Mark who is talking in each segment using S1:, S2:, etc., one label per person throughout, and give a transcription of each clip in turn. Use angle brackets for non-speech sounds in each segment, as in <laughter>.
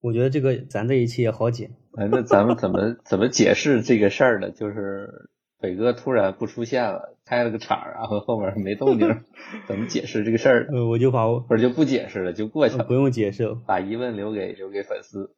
S1: 我觉得这个咱这一期也好解。
S2: 哎，那咱们怎么怎么解释这个事儿呢？就是北哥突然不出现了，开了个场，然后后面没
S1: <laughs>
S2: 动静，怎么解释这个事儿呢？
S1: 嗯，我就把我
S2: 或者就不解释了，就过去了，
S1: 嗯不用解释了。
S2: 把疑问留给留给粉丝。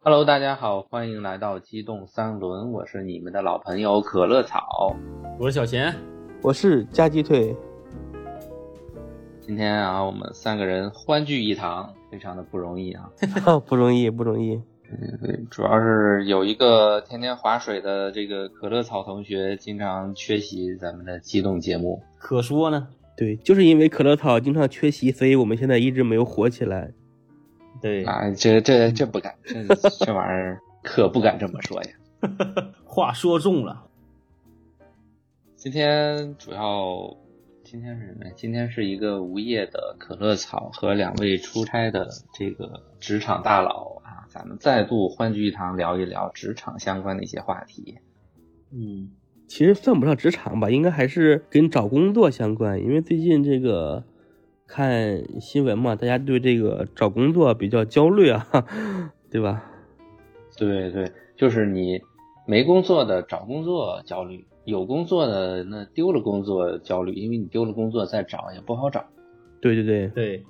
S2: Hello，大家好，欢迎来到机动三轮，我是你们的老朋友可乐草。
S1: 我是小贤，
S3: 我是加鸡 <laughs> 腿，
S2: 今天啊，我们三个人欢聚一堂，非常的不容易啊。
S3: 哦不容易，不容易。
S2: 主要是有一个天天划水的这个可乐草同学，经常缺席咱们的机动节目。
S1: 可说呢。
S3: 对，就是因为可乐草经常缺席，所以我们现在一直没有火起来。
S1: <laughs> 对，
S2: 啊，这这这不敢，这这玩意儿可不敢这么说呀。
S1: 话说重了，
S2: 今天主要，今天是什么呀？今天是一个无业的可乐草和两位出差的这个职场大佬啊，咱们再度欢聚一堂，聊一聊职场相关的一些话题。
S1: 嗯，
S3: 其实算不上职场吧，应该还是跟找工作相关。因为最近这个看新闻嘛，大家对这个找工作比较焦虑啊， <laughs> 对吧？
S2: 对对，就是你没工作的找工作焦虑，有工作的那丢了工作焦虑，因为你丢了工作再找也不好找。
S3: 对对对，
S1: 对。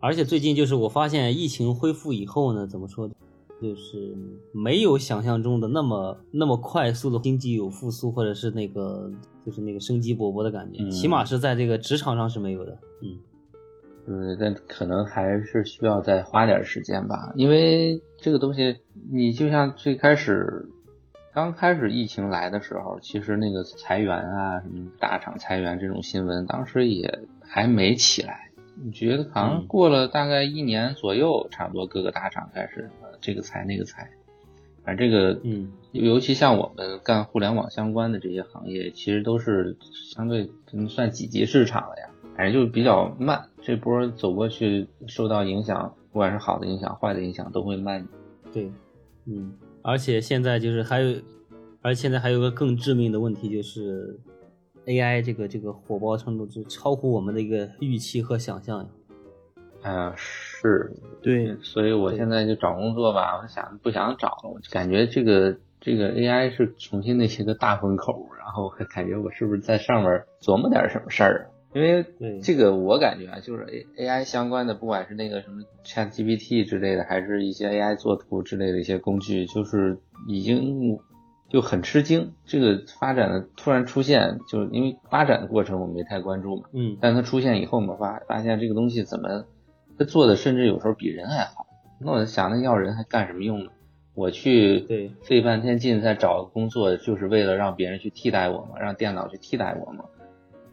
S1: 而且最近就是我发现疫情恢复以后呢，怎么说呢，就是没有想象中的那么那么快速的经济有复苏，或者是那个就是那个生机勃勃的感觉，
S2: 嗯
S1: 起码是在这个职场上是没有的。嗯，
S2: 嗯，但可能还是需要再花点时间吧，因为这个东西，你就像最开始刚开始疫情来的时候，其实那个裁员啊，什么大厂裁员这种新闻，当时也还没起来。你觉得好像
S1: 嗯
S2: 过了大概一年左右，差不多各个大厂开始呃这个裁那个裁，反正这个
S1: 嗯，
S2: 尤其像我们干互联网相关的这些行业，其实都是相对嗯算几级市场了呀，反正就比较慢。这波走过去受到影响，不管是好的影响、坏的影响，都会慢。
S1: 对，嗯。而且现在就是还有，而且现在还有个更致命的问题就是 AI 这个这个火爆程度就超乎我们的一个预期和想象呀。
S2: 啊、是，
S3: 对，
S2: 所以我现在就找工作吧，我想不想找了？我就感觉这个这个 AI 是重新的一个大风口，然后还感觉我是不是在上面琢磨点什么事儿啊？因为
S1: 对，
S2: 这个我感觉啊，就是 A A I 相关的，不管是那个什么 Chat GPT 之类的，还是一些 A I 作图之类的一些工具，就是已经就很吃惊，这个发展的突然出现，就是因为发展的过程我没太关注嘛，
S1: 嗯，
S2: 但它出现以后，我们发发现这个东西怎么它做的甚至有时候比人还好，那我想那要人还干什么用呢？我去
S1: 对
S2: 费半天劲在找工作，就是为了让别人去替代我嘛，让电脑去替代我嘛。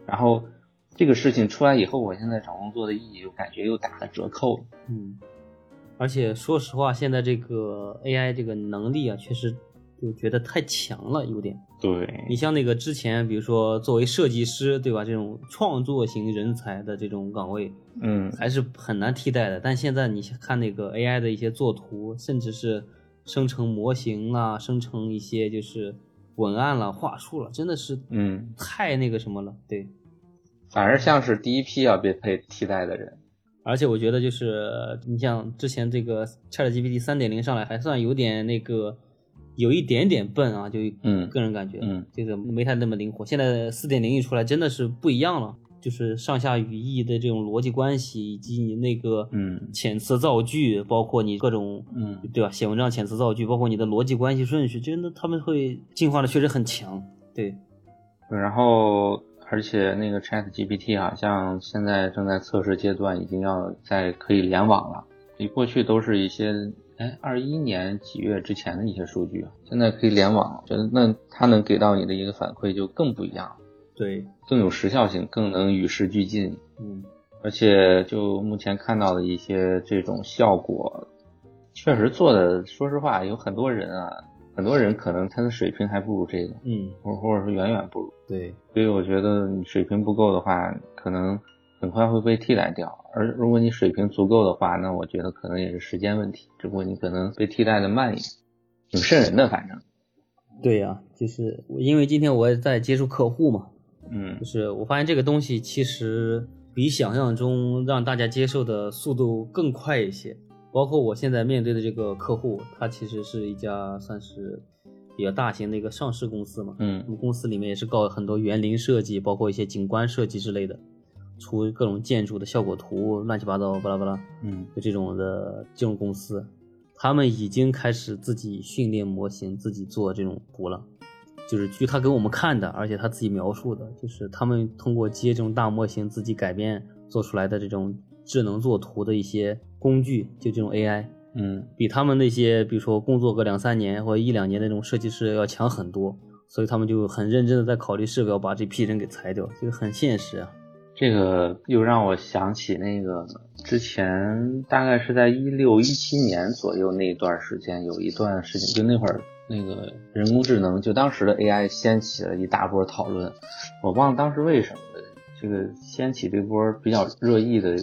S2: 然后这个事情出来以后，我现在找工作的意义，我感觉又打了折扣了。
S1: 嗯，而且说实话，现在这个 AI 这个能力啊，确实就觉得太强了，有点。你
S2: 对，
S1: 像那个之前，比如说作为设计师，对吧？这种创作型人才的这种岗位，
S2: 嗯，
S1: 还是很难替代的。但现在你看那个 AI 的一些作图，甚至是生成模型啦、生成一些就是文案啦、话术啦，真的是
S2: 嗯
S1: 太那个什么了。对，
S2: 反而像是第一批要被被替代的人。
S1: 而且我觉得就是你像之前这个 ChatGPT 三点零上来，还算有点那个，有一点点笨啊，就
S2: 嗯
S1: 个人感觉，
S2: 嗯，
S1: 就是没太那么灵活。现在四点零一出来，真的是不一样了，就是上下语义的这种逻辑关系，以及你那个
S2: 嗯
S1: 遣词造句，包括你各种
S2: 嗯，
S1: 对吧，写文章遣词造句，包括你的逻辑关系顺序，真的他们会进化的确实很强。对，
S2: 然后而且那个 Chat GPT 好像现在正在测试阶段，已经要在可以联网了。你过去都是一些哎二一年几月之前的一些数据啊，现在可以联网了，觉得那它能给到你的一个反馈就更不一样了，
S1: 对，
S2: 更有时效性，更能与时俱进。
S1: 嗯，
S2: 而且就目前看到的一些这种效果，确实做的，说实话，有很多人啊，很多人可能他的水平还不如这个，
S1: 嗯，
S2: 或或者是远远不如。
S1: 对，
S2: 所以我觉得你水平不够的话，可能很快会被替代掉。而如果你水平足够的话，那我觉得可能也是时间问题，只不过你可能被替代的慢一点。挺瘆人的，反正，
S1: 对呀、就是因为今天我也在接触客户嘛，
S2: 嗯
S1: 就是我发现这个东西其实比想象中让大家接受的速度更快一些。包括我现在面对的这个客户，他其实是一家算是比较大型的一个上市公司嘛，我
S2: 嗯
S1: 们公司里面也是搞很多园林设计，包括一些景观设计之类的，出各种建筑的效果图，乱七八糟，巴拉巴拉，
S2: 嗯
S1: 就这种的这种公司，他们已经开始自己训练模型，自己做这种图了。就是据他给我们看的，而且他自己描述的，就是他们通过接这种大模型自己改编做出来的这种智能作图的一些工具，就这种 AI，
S2: 嗯
S1: 比他们那些比如说工作个两三年或者一两年的那种设计师要强很多，所以他们就很认真的在考虑是否要把这批人给裁掉，这个很现实啊。
S2: 这个又让我想起那个之前大概是在一六一七年左右那段时间，有一段事情，就那会儿那个人工智能，就当时的 AI 掀起了一大波讨论，我忘了当时为什么了这个掀起这波比较热议的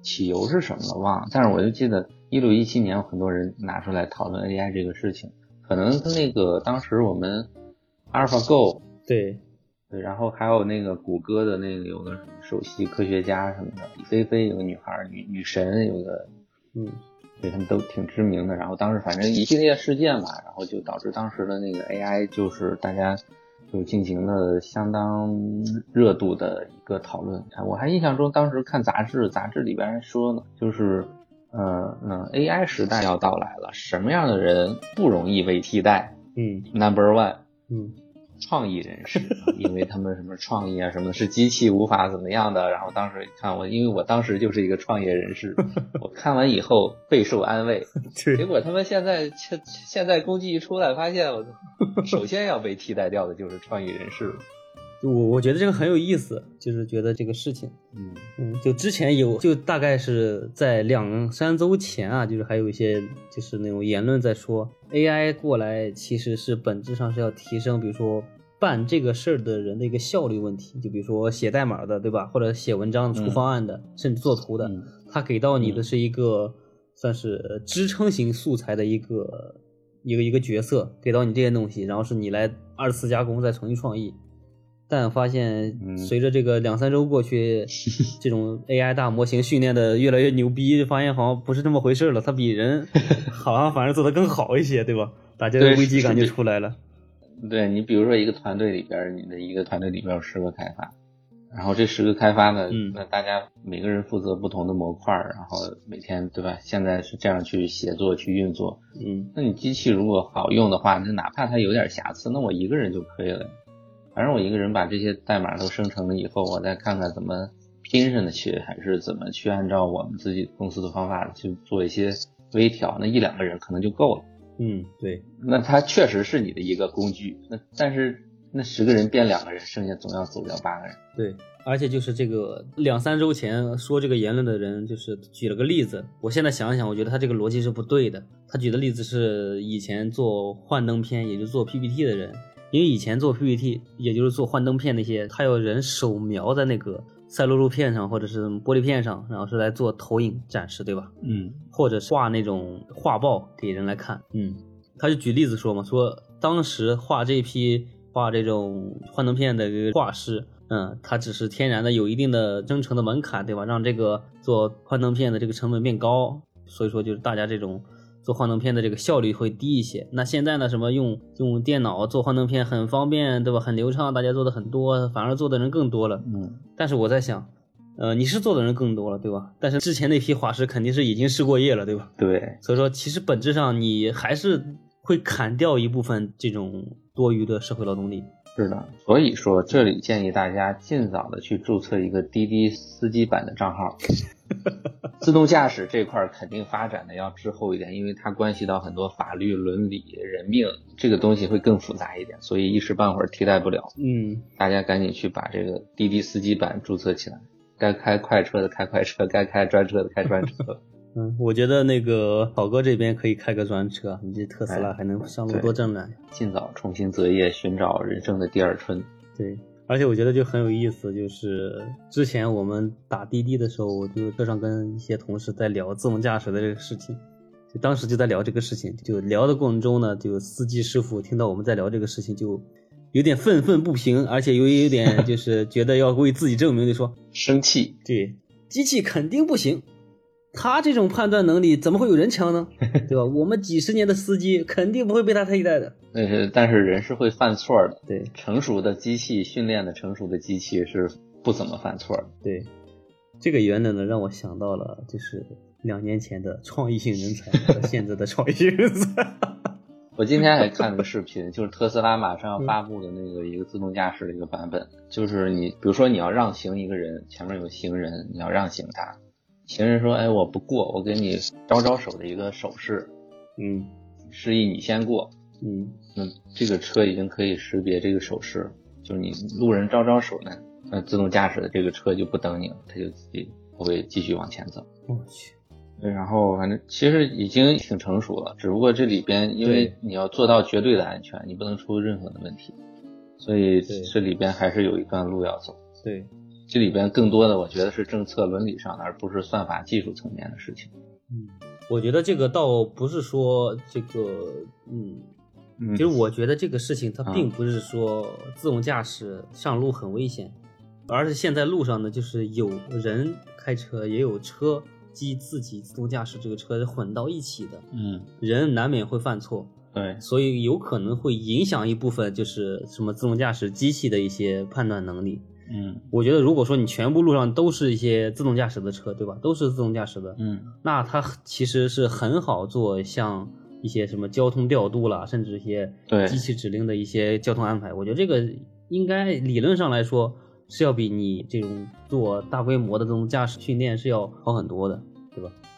S2: 起由是什么了，忘了，但是我就记得一六一七年有很多人拿出来讨论 AI 这个事情，可能跟那个当时我们 AlphaGo
S1: 对，
S2: 对，然后还有那个谷歌的那个有个什么首席科学家什么的，李飞飞有个女孩儿，女女神有个，
S1: 嗯，
S2: 对他们都挺知名的。然后当时反正一系列事件吧，然后就导致当时的那个 AI 就是大家就进行了相当热度的一个讨论。我还印象中当时看杂志，杂志里边还说呢，就是。呃嗯，AI 时代要到来了，什么样的人不容易被替代
S1: 嗯
S2: ？Number one，
S1: 嗯，
S2: 创意人士， <laughs> 因为他们什么创意啊，什么是机器无法怎么样的。然后当时看我，因为我当时就是一个创业人士，我看完以后备受安慰。结
S1: 对，
S2: 果他们现在现现在功绩一出来，发现我操首先要被替代掉的就是创意人士了。
S1: 我我觉得这个很有意思，就是觉得这个事情，
S2: 嗯
S1: 嗯，就之前有，就大概是在两三周前啊，就是还有一些就是那种言论在说 AI 过来其实是本质上是要提升，比如说办这个事儿的人的一个效率问题，就比如说写代码的，对吧？或者写文章出方案的，甚至做图的，
S2: 嗯
S1: 它给到你的是一个算是呃支撑型素材的一个一个一个角色，给到你这些东西，然后是你来二次加工再重新创意。但发现
S2: 嗯
S1: 随着这个两三周过
S2: <laughs>
S1: 去，这种 AI 大模型训练的越来越牛逼，发现好像不是那么回事了，它比
S2: <laughs>
S1: 人好像反而做得更好一些，对吧？大家的
S2: 对
S1: 危机
S2: 是
S1: 感就
S2: 这
S1: 出来了。
S2: 对你比如说一个团队里边儿，你的一个团队里边儿有十个开发，然后这十个开发呢，
S1: 嗯
S2: 那大家每个人负责不同的模块儿，然后每天对吧？现在是这样去写作去运作，
S1: 嗯，
S2: 那你机器如果好用的话，那哪怕它有点瑕疵，那我一个人就可以了。反正我一个人把这些代码都生成了以后，我再看看怎么拼上去，还是怎么去按照我们自己公司的方法去做一些微调。那一两个人可能就够了。
S1: 嗯，对，
S2: 那它确实是你的一个工具，那但是那十个人变两个人，剩下总要走掉八个人。
S1: 对，而且就是这个两三周前说这个言论的人，就是举了个例子。我现在想一想，我觉得他这个逻辑是不对的。他举的例子是以前做幻灯片，也就是做 PPT 的人，因为以前做 PPT，也就是做幻灯片那些，他要人手描在那个赛璐璐片上或者是玻璃片上，然后是来做投影展示，对吧？
S2: 嗯
S1: 或者是画那种画报给人来看。嗯，他就举例子说嘛，说当时画这批画这种幻灯片的一个画师，嗯，他只是天然的有一定的生成的门槛，对吧？让这个做幻灯片的这个成本变高，所以说就是大家这种。做幻灯片的这个效率会低一些。那现在呢，什么用用电脑做幻灯片很方便，对吧？很流畅，大家做的很多，反而做的人更多了。
S2: 嗯，
S1: 但是我在想，呃，你是做的人更多了，对吧？但是之前那批画师肯定是已经试过业了，对吧？
S2: 对，
S1: 所以说，其实本质上你还是会砍掉一部分这种多余的社会劳动力。
S2: 是的。所以说，这里建议大家尽早的去注册一个滴滴司机版的账 <laughs> 号。自动驾驶这块儿肯定发展的要滞后一点，因为它关系到很多法律、伦理、人命这个东西会更复杂一点，所以一时半会儿替代不了。
S1: 嗯，
S2: 大家赶紧去把这个滴滴司机版注册起来，该开快车的开快车，该开专车的开专车。 <laughs>
S1: 嗯，我觉得那个草哥这边可以开个专车，你这特斯拉还能上路多挣两。
S2: 尽早重新择业，寻找人生的第二春。
S1: 对，而且我觉得就很有意思，就是之前我们打滴滴的时候，我就车上跟一些同事在聊自动驾驶的这个事情，就当时就在聊这个事情，就聊的过程中呢，就司机师傅听到我们在聊这个事情，就有点愤愤不平，而且由于有点就是觉得要为自己证明，就说
S2: 生气，
S1: 对，机器肯定不行，他这种判断能力怎么会有人强呢？对吧？我们几十年的司机肯定不会被他替代的。
S2: 但是但是人是会犯错的。
S1: 对
S2: 成熟的机器训练的成熟的机器是不怎么犯错的。
S1: 对，这个原理呢让我想到了就是两年前的创意性人才和 <laughs> 现在的创意性人才。
S2: 我今天还看了个视频，就是特斯拉马上要发布的那个一个自动驾驶的一个版本，就是你比如说你要让行一个人，前面有行人，你要让行他，行人说：“哎，我不过，我给你招招手的一个手势，
S1: <laughs> 嗯
S2: 示意你先过。”
S1: 嗯，
S2: 那这个车已经可以识别这个手势，就是你路人招招手呢，那自动驾驶的这个车就不等你了，它就自己会继续往前走。
S1: 我去，
S2: 对，然后反正其实已经挺成熟了，只不过这里边因为
S1: 对
S2: 你要做到绝对的安全，你不能出任何的问题，所以
S1: 对
S2: 这里边还是有一段路要走。
S1: 对，
S2: 这里边更多的我觉得是政策伦理上的，而不是算法技术层面的事情。
S1: 嗯，我觉得这个倒不是说这个，嗯，
S2: 嗯
S1: 其实我觉得这个事情它
S2: 啊
S1: 并不是说自动驾驶上路很危险，而是现在路上呢，就是有人开车，也有车机自己自动驾驶这个车混到一起的，
S2: 嗯，
S1: 人难免会犯错，
S2: 对，
S1: 所以有可能会影响一部分就是什么自动驾驶机器的一些判断能力。
S2: 嗯
S1: 我觉得如果说你全部路上都是一些自动驾驶的车，对吧？都是自动驾驶的，
S2: 嗯
S1: 那它其实是很好做像一些什么交通调度啦，甚至一些
S2: 对
S1: 机器指令的一些交通安排。我觉得这个应该理论上来说是要比你这种做大规模的这种驾驶训练是要好很多的。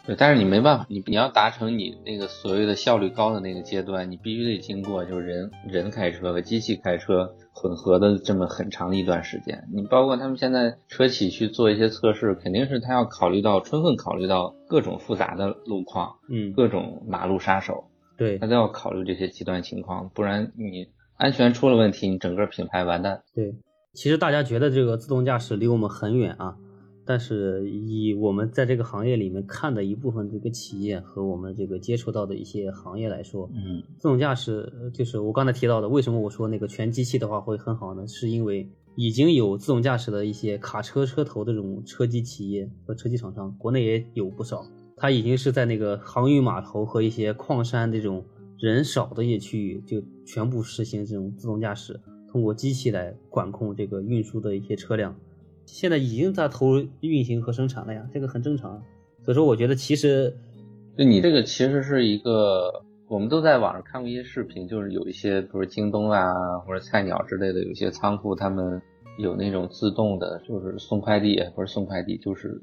S2: 对，但是你没办法，你你要达成你那个所谓的效率高的那个阶段，你必须得经过就是人人开车和机器开车混合的这么很长的一段时间。你包括他们现在车企去做一些测试，肯定是他要考虑到充分考虑到各种复杂的路况、
S1: 嗯，
S2: 各种马路杀手，
S1: 对
S2: 他都要考虑这些极端情况，不然你安全出了问题，你整个品牌完蛋。
S1: 对。其实大家觉得这个自动驾驶离我们很远啊，但是以我们在这个行业里面看的一部分这个企业和我们这个接触到的一些行业来说，
S2: 嗯
S1: 自动驾驶呃就是我刚才提到的，为什么我说那个全机器的话会很好呢？是因为已经有自动驾驶的一些卡车车头的这种车机企业和车机厂商，国内也有不少，它已经是在那个航运码头和一些矿山这种人少的一些区域，就全部实行这种自动驾驶，通过机器来管控这个运输的一些车辆。现在已经在投入运行和生产了呀，这个很正常啊。所以说，我觉得其实
S2: 就你这个其实是一个，我们都在网上看过一些视频，就是有一些，比如京东啊或者菜鸟之类的，有些仓库他们有那种自动的，就是送快递不是送快递，就是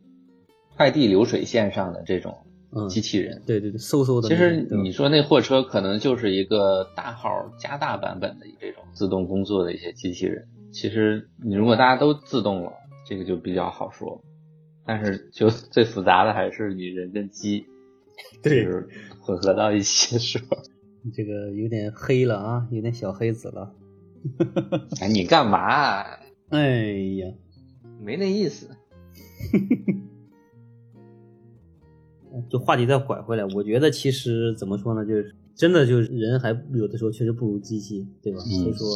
S2: 快递流水线上的这种
S1: 嗯，
S2: 机器人。
S1: 对对对，嗖嗖的
S2: 其
S1: 那种。
S2: 实
S1: 对吧
S2: 你说那货车可能就是一个大号加大版本的这种自动工作的一些机器人。其实你如果大家都自动了，这个就比较好说。但是就 <laughs> 最复杂的还是你人跟机，
S1: 对
S2: 就是混合到一起的时候。
S1: 这个有点黑了啊，有点小黑子了。
S2: 哎，你干嘛啊、
S1: 哎呀，
S2: 没那意思。
S1: 就话题再拐回来，我觉得其实怎么说呢，就是真的就是人还有的时候确实不如机器，对吧？
S2: 嗯
S1: 所以说，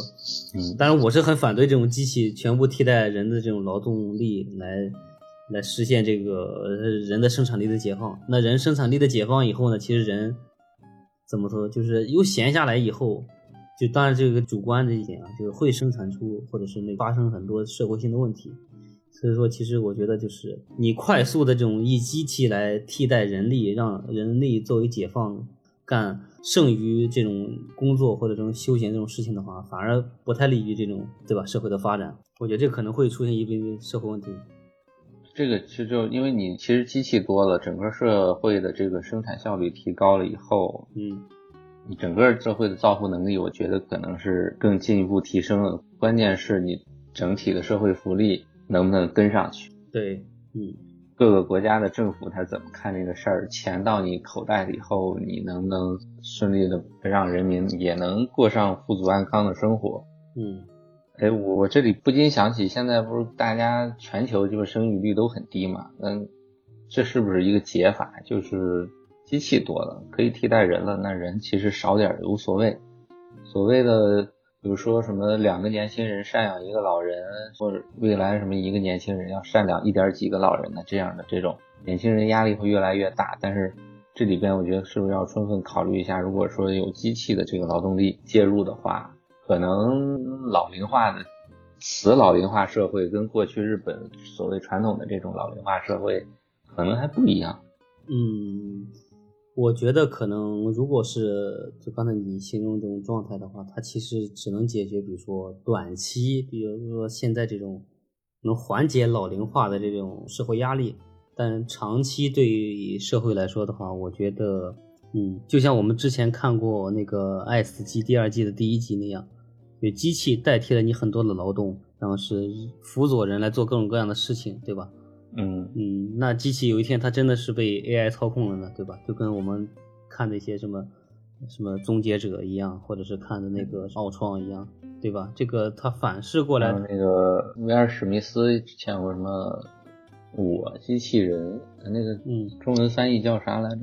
S2: 嗯，
S1: 当然我是很反对这种机器全部替代人的这种劳动力来来实现这个呃人的生产力的解放。那人生产力的解放以后呢，其实人怎么说，就是有闲下来以后，就当然这个主观的一点啊，就是会生产出或者是那发生很多社会性的问题。所以说，其实我觉得就是你快速的这种以机器来替代人力，让人力作为解放干剩余这种工作或者这种休闲这种事情的话，反而不太利于这种对吧社会的发展。我觉得这可能会出现一定社会问题。
S2: 这个其实就因为你其实机器多了，整个社会的这个生产效率提高了以后，
S1: 嗯，
S2: 你整个社会的造福能力，我觉得可能是更进一步提升了。关键是你整体的社会福利能不能跟上去，
S1: 对，嗯，
S2: 各个国家的政府他怎么看这个事儿，钱到你口袋里后，你能不能顺利的让人民也能过上富足安康的生活？
S1: 嗯，
S2: 哎，我我这里不禁想起，现在不是大家全球这个生育率都很低嘛？嗯，这是不是一个解法？就是机器多了，可以替代人了，那人其实少点儿也无所谓。所谓的，比如说什么两个年轻人赡养一个老人，或者未来什么一个年轻人要赡养一点几个老人的这样的这种，年轻人压力会越来越大。但是这里边我觉得是不是要充分考虑一下，如果说有机器的这个劳动力介入的话，可能老龄化的死老龄化社会跟过去日本所谓传统的这种老龄化社会可能还不一样。
S1: 嗯，我觉得可能如果是就刚才你形容这种状态的话，它其实只能解决，比如说短期，比如说现在这种能缓解老龄化的这种社会压力，但长期对于社会来说的话，我觉得，嗯，就像我们之前看过那个《爱死机》第二季的第一集那样，有机器代替了你很多的劳动，然后是辅佐人来做各种各样的事情，对吧？
S2: 嗯，
S1: 嗯，那机器有一天它真的是被 AI 操控了呢，对吧？就跟我们看的一些什么什么终结者一样，或者是看的那个奥创一样，对吧？这个它反噬过来
S2: 像，那个威尔史密斯之前有个什么“我机器人”那个
S1: 嗯，
S2: 中文翻译叫啥来着？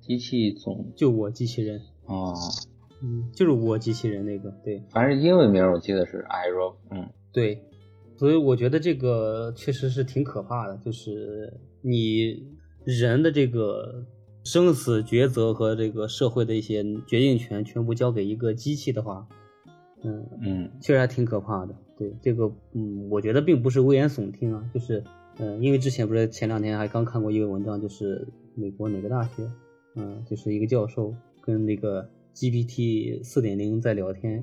S2: 机器总
S1: 就我机器人，
S2: 哦，
S1: 嗯，就是我机器人那个，对
S2: 反正英文名我记得是 i r o 嗯
S1: 对，所以我觉得这个确实是挺可怕的，就是你人的这个生死抉择和这个社会的一些决定权全部交给一个机器的话，嗯，
S2: 嗯
S1: 确实还挺可怕的。对这个，嗯，我觉得并不是危言耸听啊，就是，嗯、因为之前不是前两天还刚看过一个文章，就是美国哪个大学，嗯、就是一个教授跟那个 GPT 四点零在聊天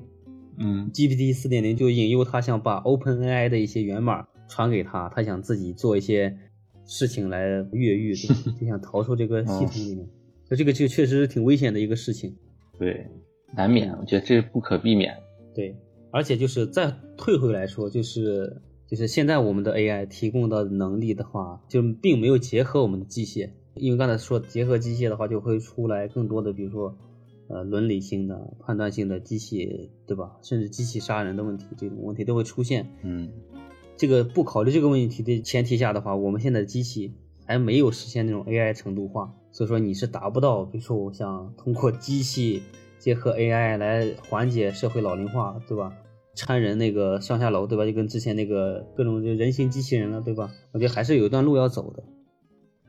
S2: 嗯
S1: ，GPT 四点零就引诱他想把 OpenAI 的一些源码传给他，他想自己做一些事情来越狱，对吧就想逃出这个系统里面。那这个就确实是挺危险的一个事情。
S2: 对，难免，我觉得这不可避免。
S1: 对，而且就是再退回来说，就是就是现在我们的 AI 提供的能力的话，就并没有结合我们的机械，因为刚才说结合机械的话，就会出来更多的，比如说呃伦理性的、判断性的机器，对吧？甚至机器杀人的问题，这种问题都会出现。
S2: 嗯
S1: 这个不考虑这个问题的前提下的话，我们现在的机器还没有实现那种 AI 程度化，所以说你是达不到，比如说我想通过机器结合 AI 来缓解社会老龄化，对吧？搀人那个上下楼，对吧？就跟之前那个各种就人形机器人了，对吧？我觉得还是有一段路要走的。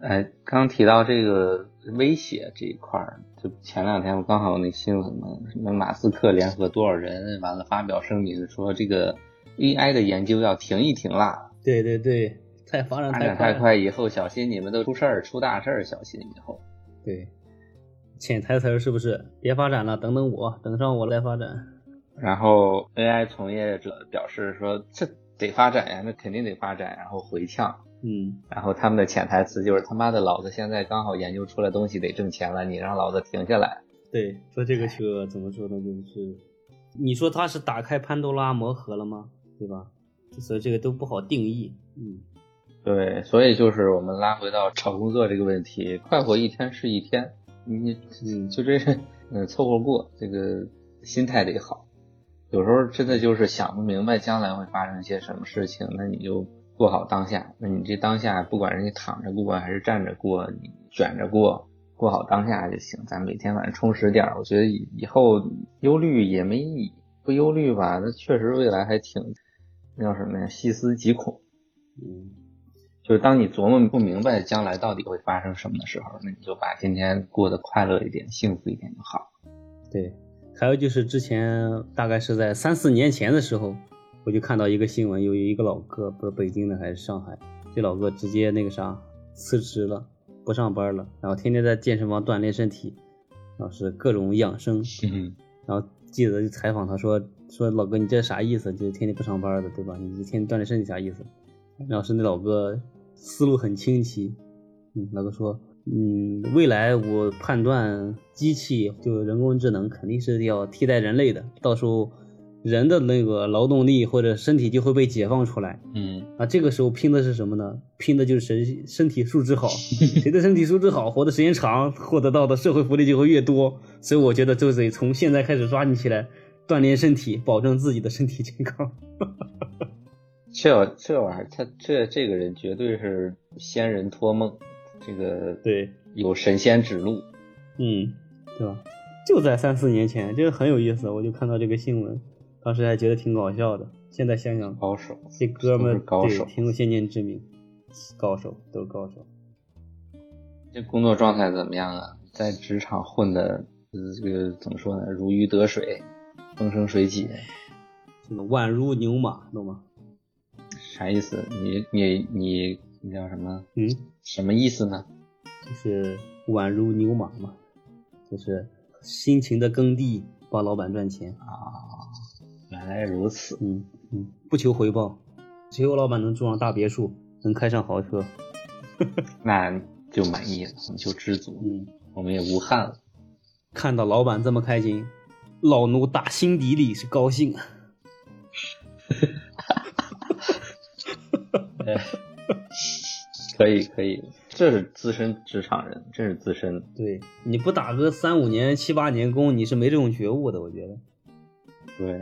S2: 哎，刚提到这个威胁这一块儿，就前两天我刚好有那新闻嘛，什么马斯克联合多少人，完了发表声明说这个 AI 的研究要停一停啦，
S1: 对对对，太发展
S2: 发
S1: 太
S2: 展
S1: 快
S2: 太
S1: 了。
S2: 快，以后小心你们都出事儿，出大事儿，小心以后。
S1: 对，潜台词儿是不是？别发展了，等等我，等上我再发展。
S2: 然后 AI 从业者表示说这得发展呀，那肯定得发展，然后回呛。
S1: 嗯，
S2: 然后他们的潜台词就是他妈的老子现在刚好研究出来东西得挣钱了，你让老子停下来。
S1: 对，说这个车怎么说呢？就是你说它是打开潘多拉魔盒了吗？对吧？所以这个都不好定义。嗯，
S2: 对，所以就是我们拉回到找工作这个问题，快活一天是一天，你你就这嗯凑合过，这个心态得好。有时候真的就是想不明白将来会发生些什么事情，那你就过好当下。那你这当下，不管是你躺着过还是站着过，你卷着过，过好当下就行。咱每天晚上充实点儿，我觉得以以后忧虑也没意义，不忧虑吧，那确实未来还挺那叫什么呀，细思极恐。
S1: 嗯，
S2: 就是当你琢磨不明白将来到底会发生什么的时候，那你就把今天过得快乐一点、幸福一点就好。
S1: 对。还有就是之前大概是在三四年前的时候，我就看到一个新闻，有一个老哥，不是北京的还是上海，这老哥直接那个啥辞职了，不上班了，然后天天在健身房锻炼身体，然后是各种养生。
S2: 嗯，
S1: 然后记者就采访他说说老哥你这啥意思？就是天天不上班的对吧？你这天天锻炼身体啥意思？然后是那老哥思路很清奇，嗯，老哥说，嗯，未来我判断机器就人工智能肯定是要替代人类的，到时候人的那个劳动力或者身体就会被解放出来，
S2: 嗯，
S1: 啊，这个时候拼的是什么呢？拼的就是谁身体素质
S2: <laughs>
S1: 好，谁的身体素质好，活的时间长，获得到的社会福利就会越多。所以我觉得就得从现在开始抓紧起来，锻炼身体，保证自己的身体健康。
S2: 这这玩意儿，他这这个 <laughs> 人绝对是仙人托梦，这个
S1: 对
S2: 有神仙指路。
S1: 嗯，对吧？就在三四年前，这个很有意思，我就看到这个新闻，当时还觉得挺搞笑的。现在想想，
S2: 高手，
S1: 这哥们
S2: 是
S1: 儿
S2: 高手
S1: 对挺有先见之明，高手都是高手。
S2: 这工作状态怎么样啊？在职场混的，呃这个怎么说呢？如鱼得水，风生水起，
S1: 什么宛如牛马，懂吗？
S2: 啥意思？你你你你叫什么？
S1: 嗯，
S2: 什么意思呢？
S1: 就是宛如牛马嘛，就是辛勤的耕地，帮老板赚钱。啊
S2: 原来如此，
S1: 嗯嗯，不求回报，只有老板能住上大别墅，能开上豪车。
S2: 那就满意了，我们就知足，
S1: 嗯，
S2: 我们也无憾了。
S1: 看到老板这么开心，老奴打心底里是高兴。啊
S2: 可以可以，这是资深职场人，这是资深。
S1: 对，你不打个三五年、七八年工，你是没这种觉悟的。我觉得，
S2: 对，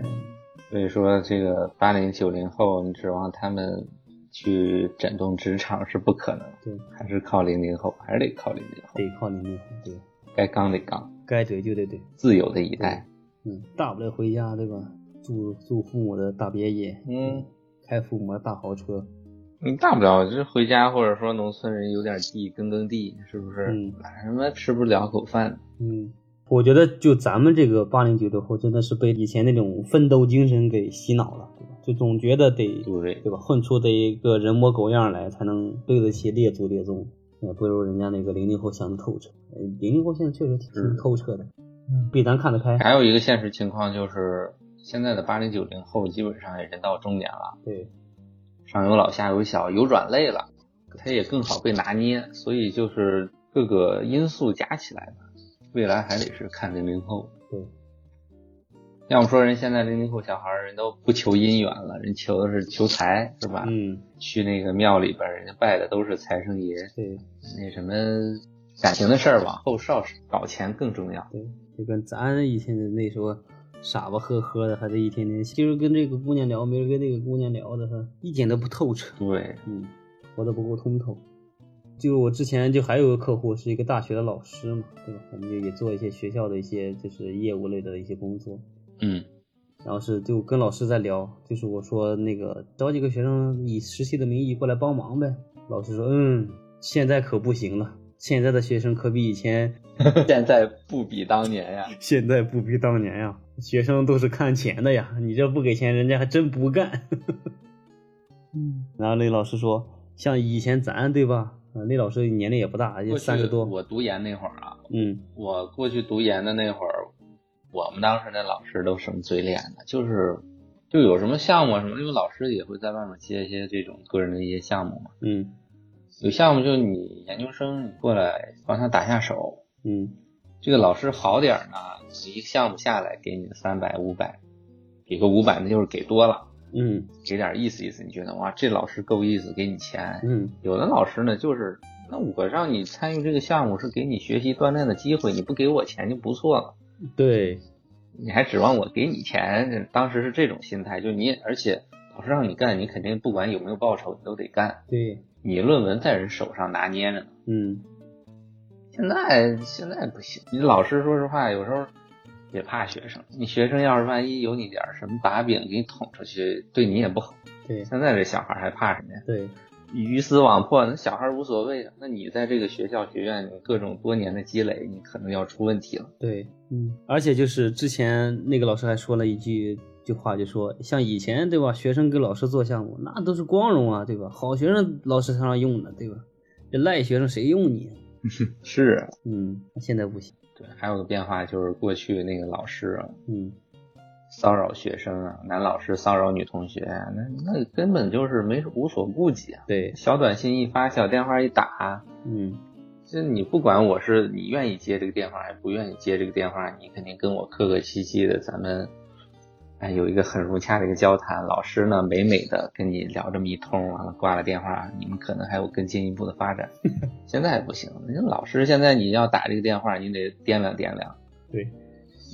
S2: 所以说这个八零九零后，你指望他们去整顿职场是不可能，
S1: 对，
S2: 还是靠零零后，还是得靠零零后，
S1: 得靠你们，对，
S2: 该刚得刚，
S1: 该怼就得怼。
S2: 自由的一代。
S1: 嗯，大不了回家，对吧？住住父母的大别野，
S2: 嗯，
S1: 开父母的大豪车，
S2: 你大不了就是回家，或者说农村人有点地耕耕地，是不是？
S1: 嗯
S2: 哪什么吃不了口饭？
S1: 嗯，我觉得就咱们这个八零九零后，真的是被以前那种奋斗精神给洗脑了，对吧？就总觉得得
S2: 对，
S1: 对吧，混出的一个人模狗样来，才能对得起列祖列宗，也不如人家那个零零后想的透彻。呃零零后现在确实挺
S2: 是啊
S1: 挺透彻的，比咱看得开。
S2: 还有一个现实情况就是，现在的八零九零后基本上也人到中年了，
S1: 对，
S2: 上有老下有小，有软肋了，他也更好被拿捏，所以就是各个因素加起来吧，未来还得是看零零后。
S1: 对，
S2: 要么说人现在零零后小孩儿人都不求姻缘了，人求的是求财，是吧？
S1: 嗯，
S2: 去那个庙里边儿，人家拜的都是财神爷，
S1: 对
S2: 那什么感情的事儿往后少搞钱更重要。
S1: 对，就跟咱以前的那时候傻吧呵呵的，还得一天天今儿跟这个姑娘聊，明儿跟那个姑娘聊的，哈，一点都不透彻。
S2: 对，
S1: 嗯，活得不够通透。就我之前就还有个客户是一个大学的老师嘛，对吧？我们就也做一些学校的一些就是业务类的一些工作，
S2: 嗯，
S1: 然后是就跟老师在聊，就是我说那个找几个学生以实习的名义过来帮忙呗。老师说，嗯，现在可不行了，现在的学生可比以前， <laughs>
S2: 现在不比当年呀。
S1: 现在不比当年呀，学生都是看钱的呀，你这不给钱，人家还真不干。
S3: 嗯，
S1: <laughs> 然后那老师说，像以前咱对吧？啊，那老师年龄也不大，也
S2: 过
S1: 三
S2: 去
S1: 十多，
S2: 我读研那会儿啊，
S1: 嗯，
S2: 我过去读研的那会儿，我们当时那老师都什么嘴脸呢？就是就有什么项目什么，因为老师也会在外面接一些这种个人的一些项目嘛。
S1: 嗯
S2: 有项目就你研究生你过来帮他打下手，
S1: 嗯
S2: 这个老师好点儿呢，一个项目下来给你三百五百，给个五百那就是给多了，
S1: 嗯
S2: 给点意思意思，你觉得哇这老师够意思，给你钱。
S1: 嗯
S2: 有的老师呢，就是那我让你参与这个项目是给你学习锻炼的机会，你不给我钱就不错了，
S1: 对，
S2: 你还指望我给你钱？这当时是这种心态，就你而且老师让你干，你肯定不管有没有报酬，你都得干。
S1: 对，
S2: 你论文在人手上拿捏着呢，
S1: 嗯
S2: 现在现在不行，你老师说实话，有时候也怕学生，你学生要是万一有你点儿什么把柄给你捅出去，对你也不好。
S1: 对
S2: 现在这小孩还怕什么呀？
S1: 对，
S2: 鱼死网破，那小孩无所谓啊。那你在这个学校、学院，你各种多年的积累，你可能要出问题了。
S1: 对，嗯，而且就是之前那个老师还说了一句句话，就说像以前对吧，学生给老师做项目那都是光荣啊，对吧？好学生老师才让用的，对吧？这赖学生谁用你？啊
S2: 是，
S1: 嗯，现在不行，
S2: 对。还有个变化就是，过去那个老师啊，
S1: 嗯，
S2: 骚扰学生啊，男老师骚扰女同学啊，那那根本就是没无所顾忌啊。
S1: 对，
S2: 小短信一发，小电话一打，
S1: 嗯，
S2: 这你不管我是你愿意接这个电话还是不愿意接这个电话，你肯定跟我客客气气的，咱们哎有一个很融洽的一个交谈。老师呢美美的跟你聊这么一通，完了挂了电话，你们可能还有更进一步的发展。现在不行，人家老师现在你要打这个电话，你得掂量掂量
S1: 对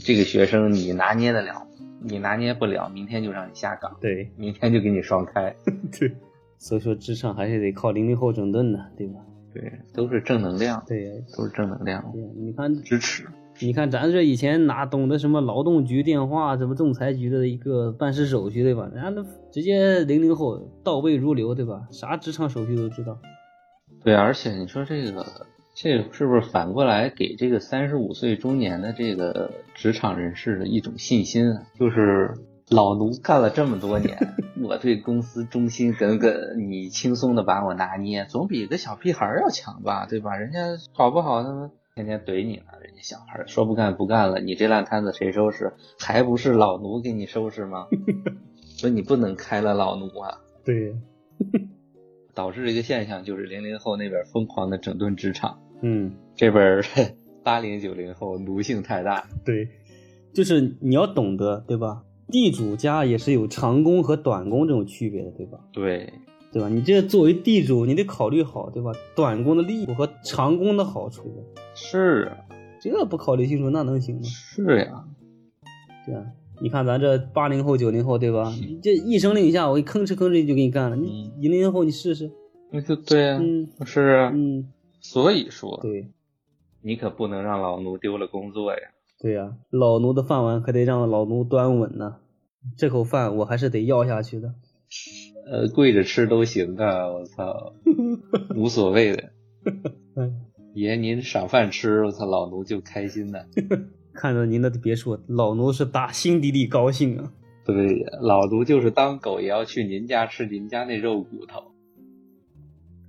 S2: 这个学生你拿捏得了吗，你拿捏不了，明天就让你下岗，
S1: 对
S2: 明天就给你双开。
S1: 对，所以说职场还是得靠零零后整顿呢，对吧？
S2: 对，都是正能量，
S1: 对呀
S2: 都是正能量，
S1: 对呀，你看
S2: 支持。
S1: 你看咱这以前哪懂得什么劳动局电话，什么仲裁局的一个办事手续对吧？人家都直接零零后倒背如流对吧？啥职场手续都知道。
S2: 对，而且你说这个，这是不是反过来给这个三十五岁中年的这个职场人士的一种信心啊？就是老奴干了这么多年，我对公司忠心耿耿，你轻松的把我拿捏，总比个小屁孩儿要强吧？对吧？人家搞不好他们天天怼你呢，人家小孩儿说不干不干了，你这烂摊子谁收拾？还不是老奴给你收拾吗？ <laughs> 所以你不能开了老奴啊！
S1: 对，
S2: 导致这个现象就是零零后那边疯狂的整顿职场，
S1: 嗯，
S2: 这边八零九零后奴性太大。
S1: 对，就是你要懂得对吧？地主家也是有长工和短工这种区别的对吧？
S2: 对，
S1: 对吧？你这作为地主，你得考虑好对吧？短工的利益和长工的好处，
S2: 是啊
S1: 这不考虑清楚那能行吗？
S2: 是呀，
S1: 对啊，你看咱这八零后、九零后，对吧？你这一声令下，我给吭哧吭哧就给你干了。你零零后，你试试。
S2: 那就对呀、
S1: 嗯
S2: 是啊。
S1: 嗯，
S2: 所以说，
S1: 对
S2: 你可不能让老奴丢了工作呀。
S1: 对呀、老奴的饭碗可得让老奴端稳呐、这口饭我还是得要下去的。
S2: 呃，跪着吃都行啊，我 <laughs> 操，无所谓的。
S1: 嗯，
S2: 爷您赏饭吃，我操，老奴就开心了。
S1: 看着您的别墅，老奴是打心底里高兴啊。
S2: 对呀，老奴就是当狗也要去您家吃您家那肉骨头。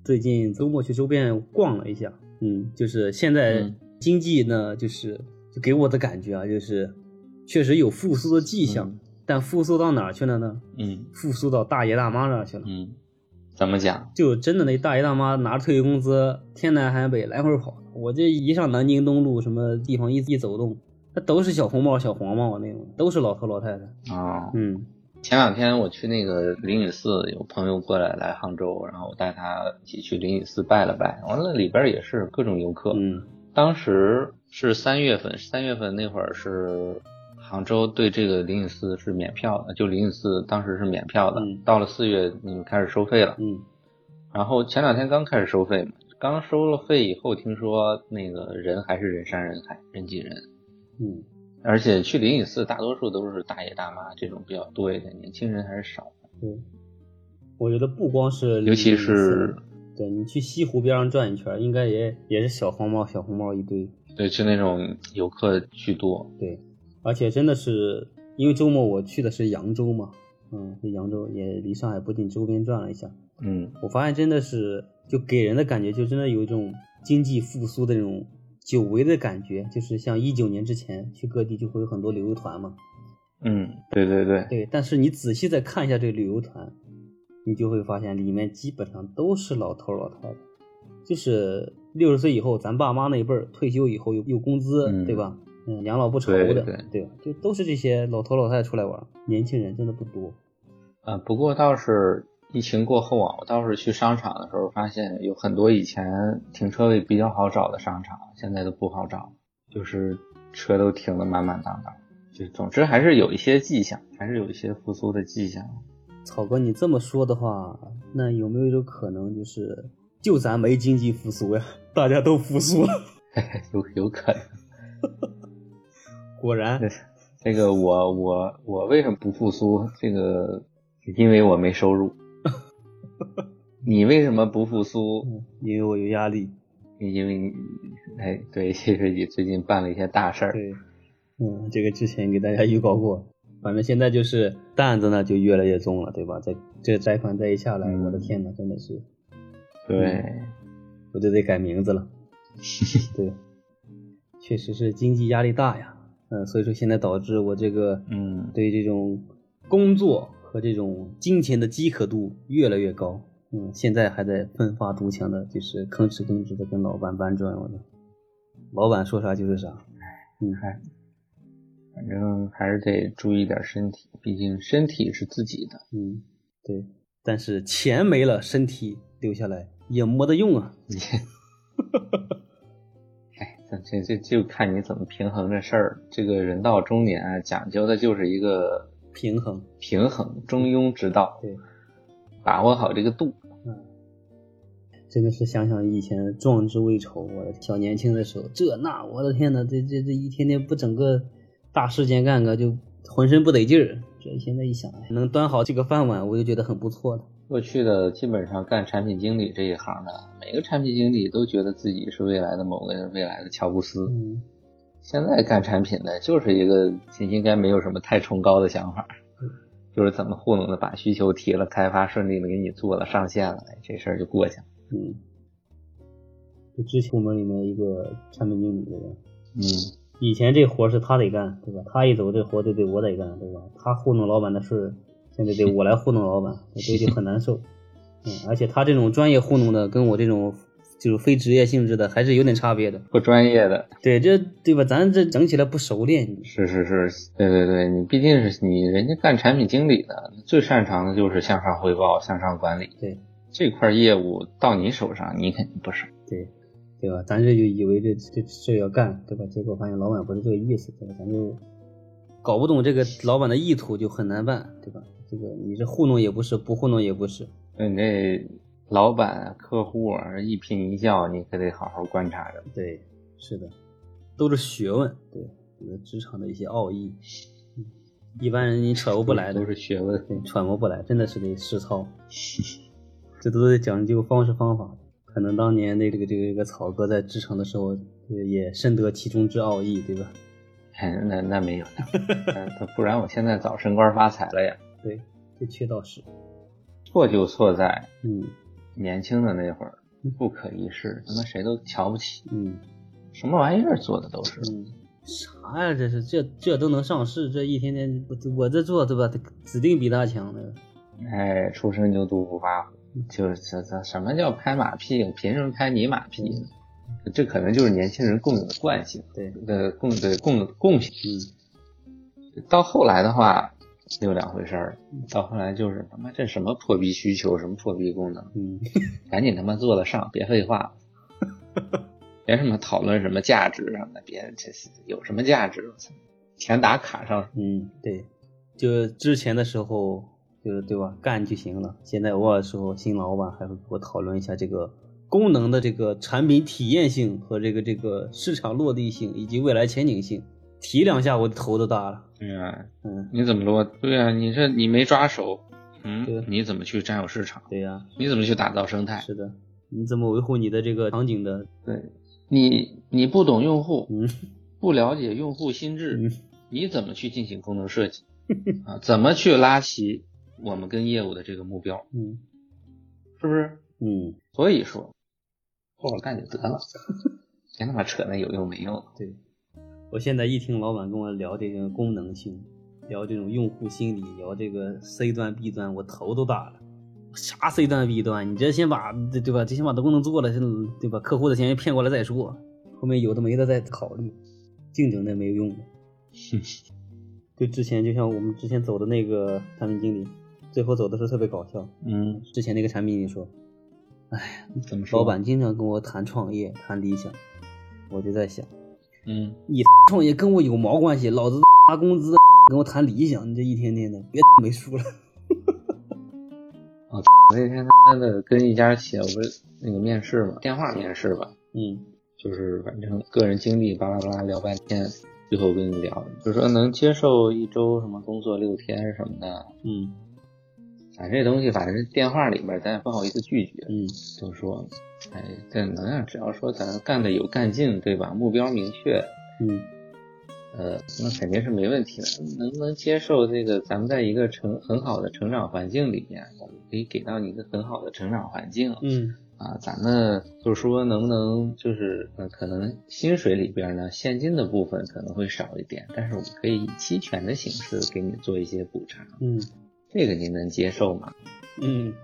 S1: 最近周末去周边逛了一下，嗯，就是现在
S2: 嗯
S1: 经济呢，就是就给我的感觉啊，就是确实有复苏的迹象，
S2: 嗯
S1: 但复苏到哪儿去了呢？
S2: 嗯
S1: 复苏到大爷大妈那儿去了。
S2: 嗯，怎么讲？
S1: 就真的那大爷大妈拿着退休工资，天南海北来回跑。我这一上南京东路什么地方一一走动，那都是小红帽、小黄帽那种，都是老头老太太。
S2: 哦，
S1: 嗯
S2: 前两天我去那个灵隐寺，有朋友过来来杭州，然后我带他一起去灵隐寺拜了拜。完了里边也是各种游客。
S1: 嗯
S2: 当时是三月份，三月份那会儿是杭州对这个灵隐寺是免票的，就灵隐寺当时是免票的。
S1: 嗯
S2: 到了四月，嗯，开始收费了。
S1: 嗯
S2: 然后前两天刚开始收费嘛，刚收了费以后，听说那个人还是人山人海，人挤人。
S1: 嗯，
S2: 而且去灵隐寺大多数都是大爷大妈这种比较多一点，年轻人还是少。
S1: 对。我觉得不光是，
S2: 尤其是
S1: 对你去西湖边上转一圈，应该也也是小黄帽、小红帽一堆。
S2: 对，就那种游客居多。
S1: 对，而且真的是因为周末我去的是扬州嘛，嗯，去扬州也离上海不近，周边转了一下。
S2: 嗯，
S1: 我发现真的是就给人的感觉，就真的有一种经济复苏的那种久违的感觉，就是像一九年之前去各地就会有很多旅游团嘛。
S2: 嗯，对对对，
S1: 对，但是你仔细再看一下这旅游团，你就会发现里面基本上都是老头儿老太太，就是六十岁以后，咱爸妈那一辈儿退休以后有有工资，
S2: 嗯
S1: 对吧？嗯，养老不愁
S2: 对
S1: 的，
S2: 对
S1: 吧？就都是这些老头老太太出来玩儿，年轻人真的不多。
S2: 啊，不过倒是疫情过后啊，我倒是去商场的时候发现有很多以前停车位比较好找的商场，现在都不好找，就是车都停得满满当当。就总之还是有一些迹象，还是有一些复苏的迹象。 <laughs>
S1: 草哥，你这么说的话，那有没有一种可能，就是就咱没经济复苏呀， <laughs> 大家都复苏了？
S2: 有有可能。
S1: 果然，
S2: 这个我我我为什么不复苏？这个因为我没收入。 <laughs> 你为什么不复苏？
S1: 嗯因为我有压力。
S2: 因为 <laughs> 你，哎，对， <laughs> 谢谢你最近办了一些大事儿。
S1: 对，嗯，这个之前给大家预告过，反正现在就是担子呢就越来越重了，对吧？这这贷款再一下来，
S2: 嗯
S1: 我的天呐，真的是
S2: 对，
S1: 我就得改名
S2: <laughs>
S1: 字了。对，确实是经济压力大呀，嗯，所以说现在导致我这个
S2: 嗯，
S1: 对这种工作和这种金钱的饥渴度越来越高。嗯，现在还在奋发图强的，就是吭哧吭哧的跟老板搬砖，我的，老板说啥就是啥。嗯，
S2: 反正还是得注意点身体，毕竟身体是自己的。
S1: 嗯，对，但是钱没了，身体留下来也没得用啊。
S2: 你，哎，这这这就看你怎么平衡这事儿。这个人到中年啊，讲究的就是一个
S1: 平衡，
S2: 平衡，中庸之道。
S1: 对，
S2: 把握好这个度。
S1: 真的是想想以前壮志未酬，我的小年轻的时候，这那，我的天呐，这这这一天天不整个大事件干个，就浑身不得劲儿。这现在一想，哎能端好这个饭碗，我就觉得很不错了。
S2: 过去的基本上干产品经理这一行的，每个产品经理都觉得自己是未来的某个未来的乔布斯。
S1: 嗯，
S2: 现在干产品的就是一个应该没有什么太崇高的想法，
S1: 嗯
S2: 就是怎么糊弄的把需求提了，开发顺利的给你做了，上线了，哎这事儿就过去了。
S1: 嗯，就之前部门里面一个产品经理对吧？
S2: 嗯，
S1: 以前这活儿是他得干对吧？他一走这活儿就得我得干对吧？他糊弄老板的事儿，现在得我来糊弄老板，我这就很难受。嗯，而且他这种专业糊弄的，跟我这种就是非职业性质的，还是有点差别的。
S2: 不专业的，
S1: 对，这对吧？咱这整起来不熟练，
S2: 是是是，对对对，你毕竟是你人家干产品经理的，最擅长的就是向上汇报、向上管理。
S1: 对，
S2: 这块业务到你手上，你肯定不是。
S1: 对，对吧？咱这就以为这这这要干，对吧？结果发现老板不是这个意思，对吧？咱就搞不懂这个老板的意图，就很难办，对吧？这个你这糊弄也不是，不糊弄也不是，
S2: 那你这老板、客户一颦一笑，你可得好好观察着。
S1: 对，是的，都是学问，对，这个职场的一些奥义，嗯一般人你揣摩不来的
S2: 都，是学问。
S1: 对，揣摩不来，真的是得实操， <laughs> 这都得讲究方式方法。可能当年那这个这个这个草哥在职场的时候，对也深得其中之奥义，对吧？
S2: 哎，那那没有，那不然我现在早升官发财了呀。
S1: 对，这确倒是，
S2: 错就错在
S1: 嗯
S2: 年轻的那会儿不可一世，他妈谁都瞧不起，
S1: 嗯
S2: 什么玩意儿做的都是。
S1: 嗯，啥呀？这是这这都能上市，这一天天我我这做对吧？指定比他强的。
S2: 哎，初生牛犊不怕虎，就是这这什么叫拍马屁？凭什么拍你马屁呢？这可能就是年轻人共有的惯性，
S1: 对，
S2: 呃，共对共共性。
S1: 嗯
S2: 到后来的话，又两回事儿。到后来就是他妈这什么破逼需求，什么破逼功能，
S1: <laughs> 嗯，
S2: 赶紧他妈做得上，别废 <laughs> 话，别什么讨论什么价值什么的，别这是有什么价值？我操，钱打卡上。
S1: 嗯，对，就之前的时候，就是对吧，干就行了。现在偶尔的时候，新老板还会给我讨论一下这个功能的这个产品体验性和这个这个市场落地性以及未来前景性，提两下我头都大了。
S2: 对啊，
S1: 嗯，
S2: 你怎么落？对啊，你这你没抓手，
S1: 对
S2: 嗯，你怎么去占有市场？
S1: 对呀、
S2: 你怎么去打造生态？
S1: 是的，你怎么维护你的这个场景的？
S2: 对，你你不懂用户，
S1: 嗯
S2: 不了解用户心智，
S1: 嗯
S2: 你怎么去进行功能设 <laughs> 计？啊，怎么去拉齐我们跟业务的这个目标？
S1: 嗯
S2: 是不是？哦
S1: 嗯，
S2: 所以说，好好干就得 <laughs> 了，别他妈扯那有用没用的。
S1: 对。我现在一听老板跟我聊这个功能性，聊这种用户心理，聊这个 C 端 B 端，我头都大了。啥 C 端 B 端？你这先把对对吧？这先把功能做了，先对吧？客户的钱骗过来再说，后面有的没的再考虑，竞争那没有用的。 <laughs> 就之前就像我们之前走的那个产品经理，最后走的时候特别搞笑。
S2: 嗯，
S1: 之前那个产品经理说，
S2: 怎么说？
S1: 老，板经常跟我谈创业、谈理想，我就在想，
S2: 嗯，
S1: 你创业跟我有毛关系？老子拿工资跟我谈理想，你这一天天的别没数了。
S2: 我那天他妈的跟一家企业不是那个面试嘛，电话面试吧，
S1: 嗯
S2: 就是反正个人经历巴拉巴拉聊半天，最后跟你聊，就说能接受一周什么工作六天什么的，
S1: 嗯
S2: 咱这东西反正电话里边咱也不好意思拒绝，
S1: 嗯
S2: 就说，哎，这能量只要说咱干的有干劲，对吧？目标明确，
S1: 嗯
S2: 呃，那肯定是没问题的。能不能接受这个？咱们在一个成很好的成长环境里面，我们可以给到你一个很好的成长环境。
S1: 嗯
S2: 啊，咱们就是说能不能就是呃，可能薪水里边呢，现金的部分可能会少一点，但是我们可以以期权的形式给你做一些补偿，
S1: 嗯
S2: 这个您能接受吗？
S1: 嗯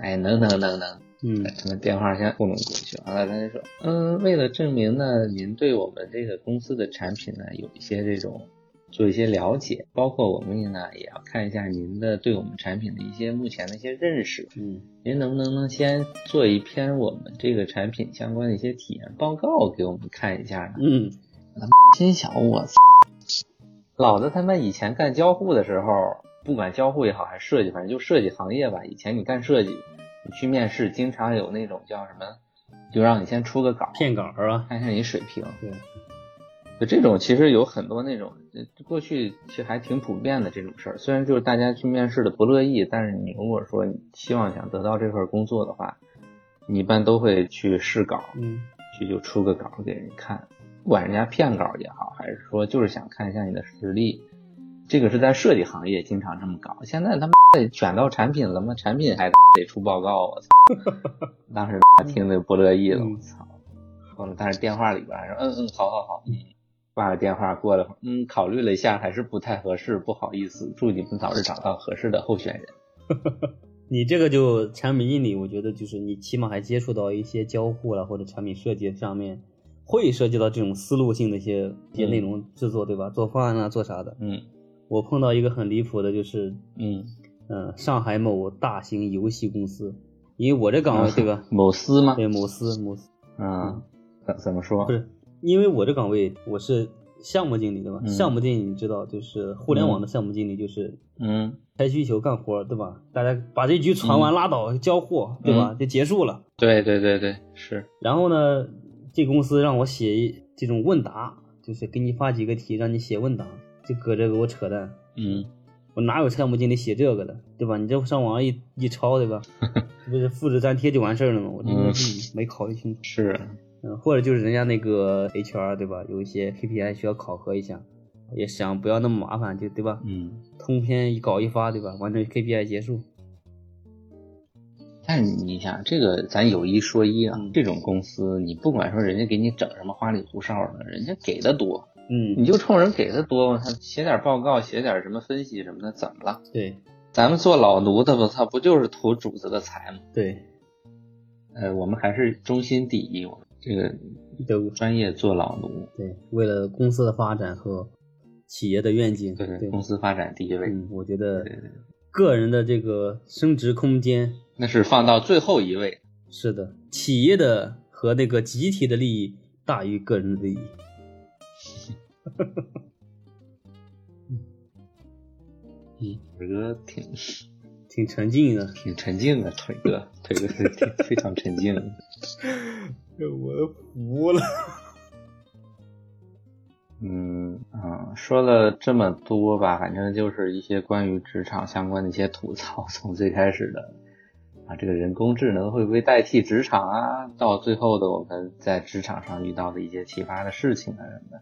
S2: 哎，能能能能。
S1: 嗯
S2: 他们电话先糊弄过去，完了他就说，嗯，为了证明呢，您对我们这个公司的产品呢有一些这种做一些了解，包括我们呢也要看一下您的对我们产品的一些目前的一些认识，
S1: 嗯
S2: 您能不能能先做一篇我们这个产品相关的一些体验报告给我们看一下呢？
S1: 嗯
S2: 心想我操，老子他妈以前干交互的时候，不管交互也好还是设计，反正就设计行业吧，以前你干设计，你去面试，经常有那种叫什么，就让你先出个稿，
S1: 骗稿儿啊，
S2: 看一下你水平。
S1: 对，
S2: 就这种其实有很多那种，呃过去其实还挺普遍的这种事儿。虽然就是大家去面试的不乐意，但是你如果说你希望想得到这份工作的话，你一般都会去试稿，
S1: 嗯，
S2: 去就出个稿给人看，不管人家骗稿也好，还是说就是想看一下你的实力，这个是在设计行业经常这么搞。现在他们选到产品了吗？产品还得出报告，我操！当时听的不乐意了，我操！后来但是电话里边还说，嗯嗯，好好好，嗯，挂了电话，过了会儿，嗯，考虑了一下，还是不太合适，不好意思，祝你们早日找到合适的候选人。
S1: 你这个就产品经理，我觉得就是你起码还接触到一些交互了，或者产品设计上面会涉及到这种思路性的一些一些内容制作，对吧？做方案啊，做啥的。
S2: 嗯
S1: 我碰到一个很离谱的，就是
S2: 嗯，
S1: 嗯，上海某大型游戏公司，因为我这岗位对吧？
S2: 某司吗？
S1: 对某司某司
S2: 嗯，怎怎么说
S1: 不？是，因为我这岗位我是项目经理对吧？
S2: 嗯
S1: 项目经理你知道，就是互联网的项目经理，就是
S2: 嗯，
S1: 开需求干活对吧？大家把这局传完拉倒，交货对吧？就结束了。
S2: 对对对对，是，
S1: 然后呢，这公司让我写一这种问答，就是给你发几个题让你写问答，就搁这给我扯淡。
S2: 嗯
S1: 我哪有项目经理写这个的，对吧？你这上网一一抄，对吧？这不是复制粘贴就完事儿了吗？我真的是没考虑清楚。
S2: 是，
S1: 嗯，或者就是人家那个 HR 对吧，有一些 KPI 需要考核一下，也想不要那么麻烦，就对吧？
S2: 嗯。
S1: 通篇一搞一发，对吧？完成 KPI 结束。
S2: 但是你想，这个咱有一说一啊，
S1: 嗯
S2: 这种公司，你不管说人家给你整什么花里胡哨的，人家给的多，你
S1: 嗯，
S2: 就冲人给的多，我操，写点报告，写点什么分析什么的，怎么了？
S1: 对
S2: 咱们做老奴的，我操，不就是图主子的财吗？
S1: 对，
S2: 呃，我们还是忠心第一，我们这个
S1: 都
S2: 专业做老奴，
S1: 对，为了公司的发展和企业的愿景，
S2: 对
S1: 对，
S2: 公司发展第一位，
S1: 嗯，我觉得
S2: 对对
S1: 个人的这个升值空间
S2: 那是放到最后一位。
S1: 是的，企业的和那个集体的利益大于个人的利益。
S2: 腿哥挺
S1: 挺沉浸的，
S2: 挺沉静的，腿哥，腿哥 <laughs> 是挺非常沉静的。
S1: 我都服了。
S2: 嗯啊、说了这么多吧，反正就是一些关于职场相关的一些吐槽， <laughs> 从最开始的啊，这个人工智能会不会代替职场啊，到最后的我们在职场上遇到的一些奇葩的事情啊什么的，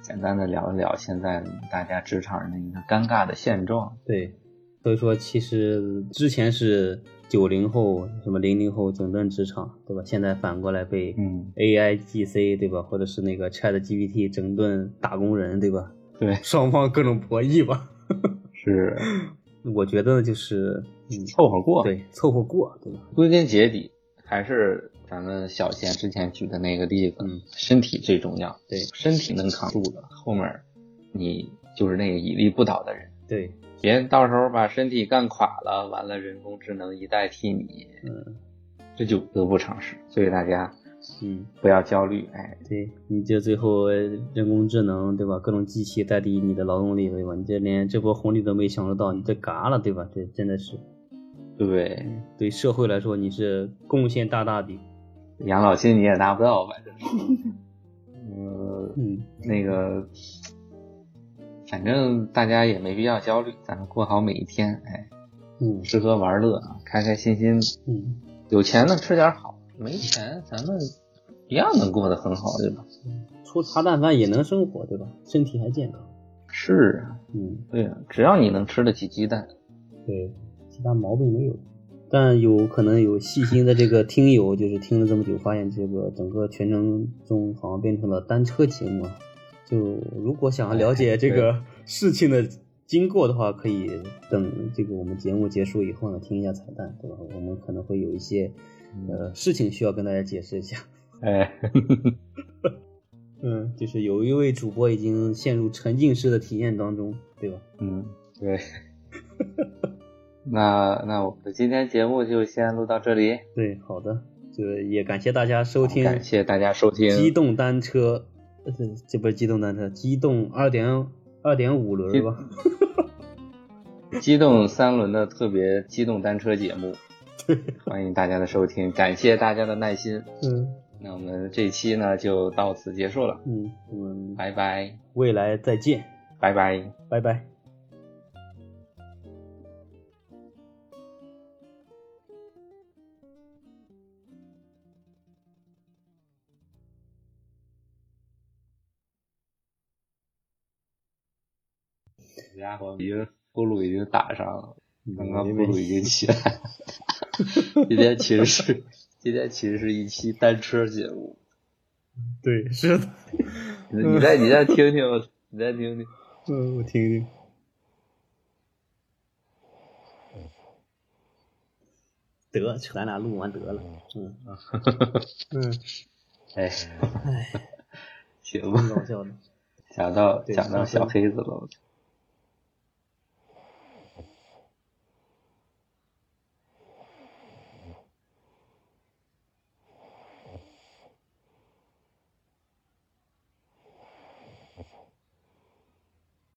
S2: 简单的聊一聊现在大家职场人的一个尴尬的现状。
S1: 对，所以说其实之前是九零后、什么零零后整顿职场，对吧？现在反过来被
S2: 嗯，
S1: AI GC 对吧，或者是那个 Chat GPT 整顿打工人，对吧？
S2: 对，
S1: 双方各种博弈吧。
S2: 是
S1: 我觉得就是，嗯，
S2: 凑合过。，
S1: 对，凑合过，对吧？
S2: 归根结底还是咱们小贤之前举的那个例子，
S1: 嗯
S2: 身体最重要，
S1: 对
S2: 身体能扛住的，后面你就是那个以力不倒的人，
S1: 对，
S2: 别到时候把身体干垮了，完了人工智能一代替你，
S1: 嗯
S2: 这就得不偿失。所以大家
S1: 嗯，
S2: 不要焦虑，哎，
S1: 对，你这最后呃人工智能对吧？各种机器代替你的劳动力对吧？你这连这波红利都没享受到，你这嘎了对吧？这真的是
S2: 对不对？
S1: 对社会来说你是贡献大大的。
S2: 养老金你也拿不到，
S1: <laughs>
S2: 反正，嗯。
S1: 嗯，
S2: 那个，反正大家也没必要焦虑，咱们过好每一天，哎，
S1: 嗯
S2: 吃喝玩乐啊，开开心心，
S1: 嗯，
S2: 有钱呢吃点好，没钱咱们一样能过得很好，对吧？
S1: 粗茶淡饭也能生活对吧？身体还健康。
S2: 是啊，
S1: 嗯，
S2: 对啊，只要你能吃得起鸡蛋，
S1: 对，其他毛病没有。但有可能有细心的这个听友，就是听了这么久，发现这个整个全程中好像变成了单车节目啊。就如果想要了解这个事情的经过的话，可以等这个我们节目结束以后呢，听一下彩蛋，对吧？我们可能会有一些呃事情需要跟大家解释一下。
S2: 哎，
S1: 嗯，就是有一位主播已经陷入沉浸式的体验当中，对吧？
S2: 嗯，对。 <laughs> 那那我们的今天节目就先录到这里，
S1: 对，好的，就也感谢大家收听，
S2: 感谢大家收听
S1: 机动单车，呃这这不是机动单车，机动二点二点五轮吧？
S2: 机动三轮的特别机动单车节目。欢迎大家的收听，感谢大家的耐心。
S1: 嗯
S2: 那我们这一期呢就到此结束了，
S1: 嗯，我们
S2: 拜拜，
S1: 未来再见，
S2: 拜拜。
S1: 拜拜。
S2: 这家伙已经呼噜已经打上了，刚刚呼
S1: 没
S2: 噜已经起 <laughs> 来了。今天其实是今天其实是一期单车节目，
S1: 对，是的，
S2: 你你再你再听听，你再听听。
S1: 嗯，我听听。得，咱俩录完得了，嗯
S2: <laughs>
S1: 嗯，
S2: 哎，
S1: 哎，
S2: 行
S1: 挺
S2: 吧，
S1: 搞笑的。
S2: 讲到
S1: 对
S2: 讲到
S1: 上
S2: 小
S1: 升
S2: 黑子了。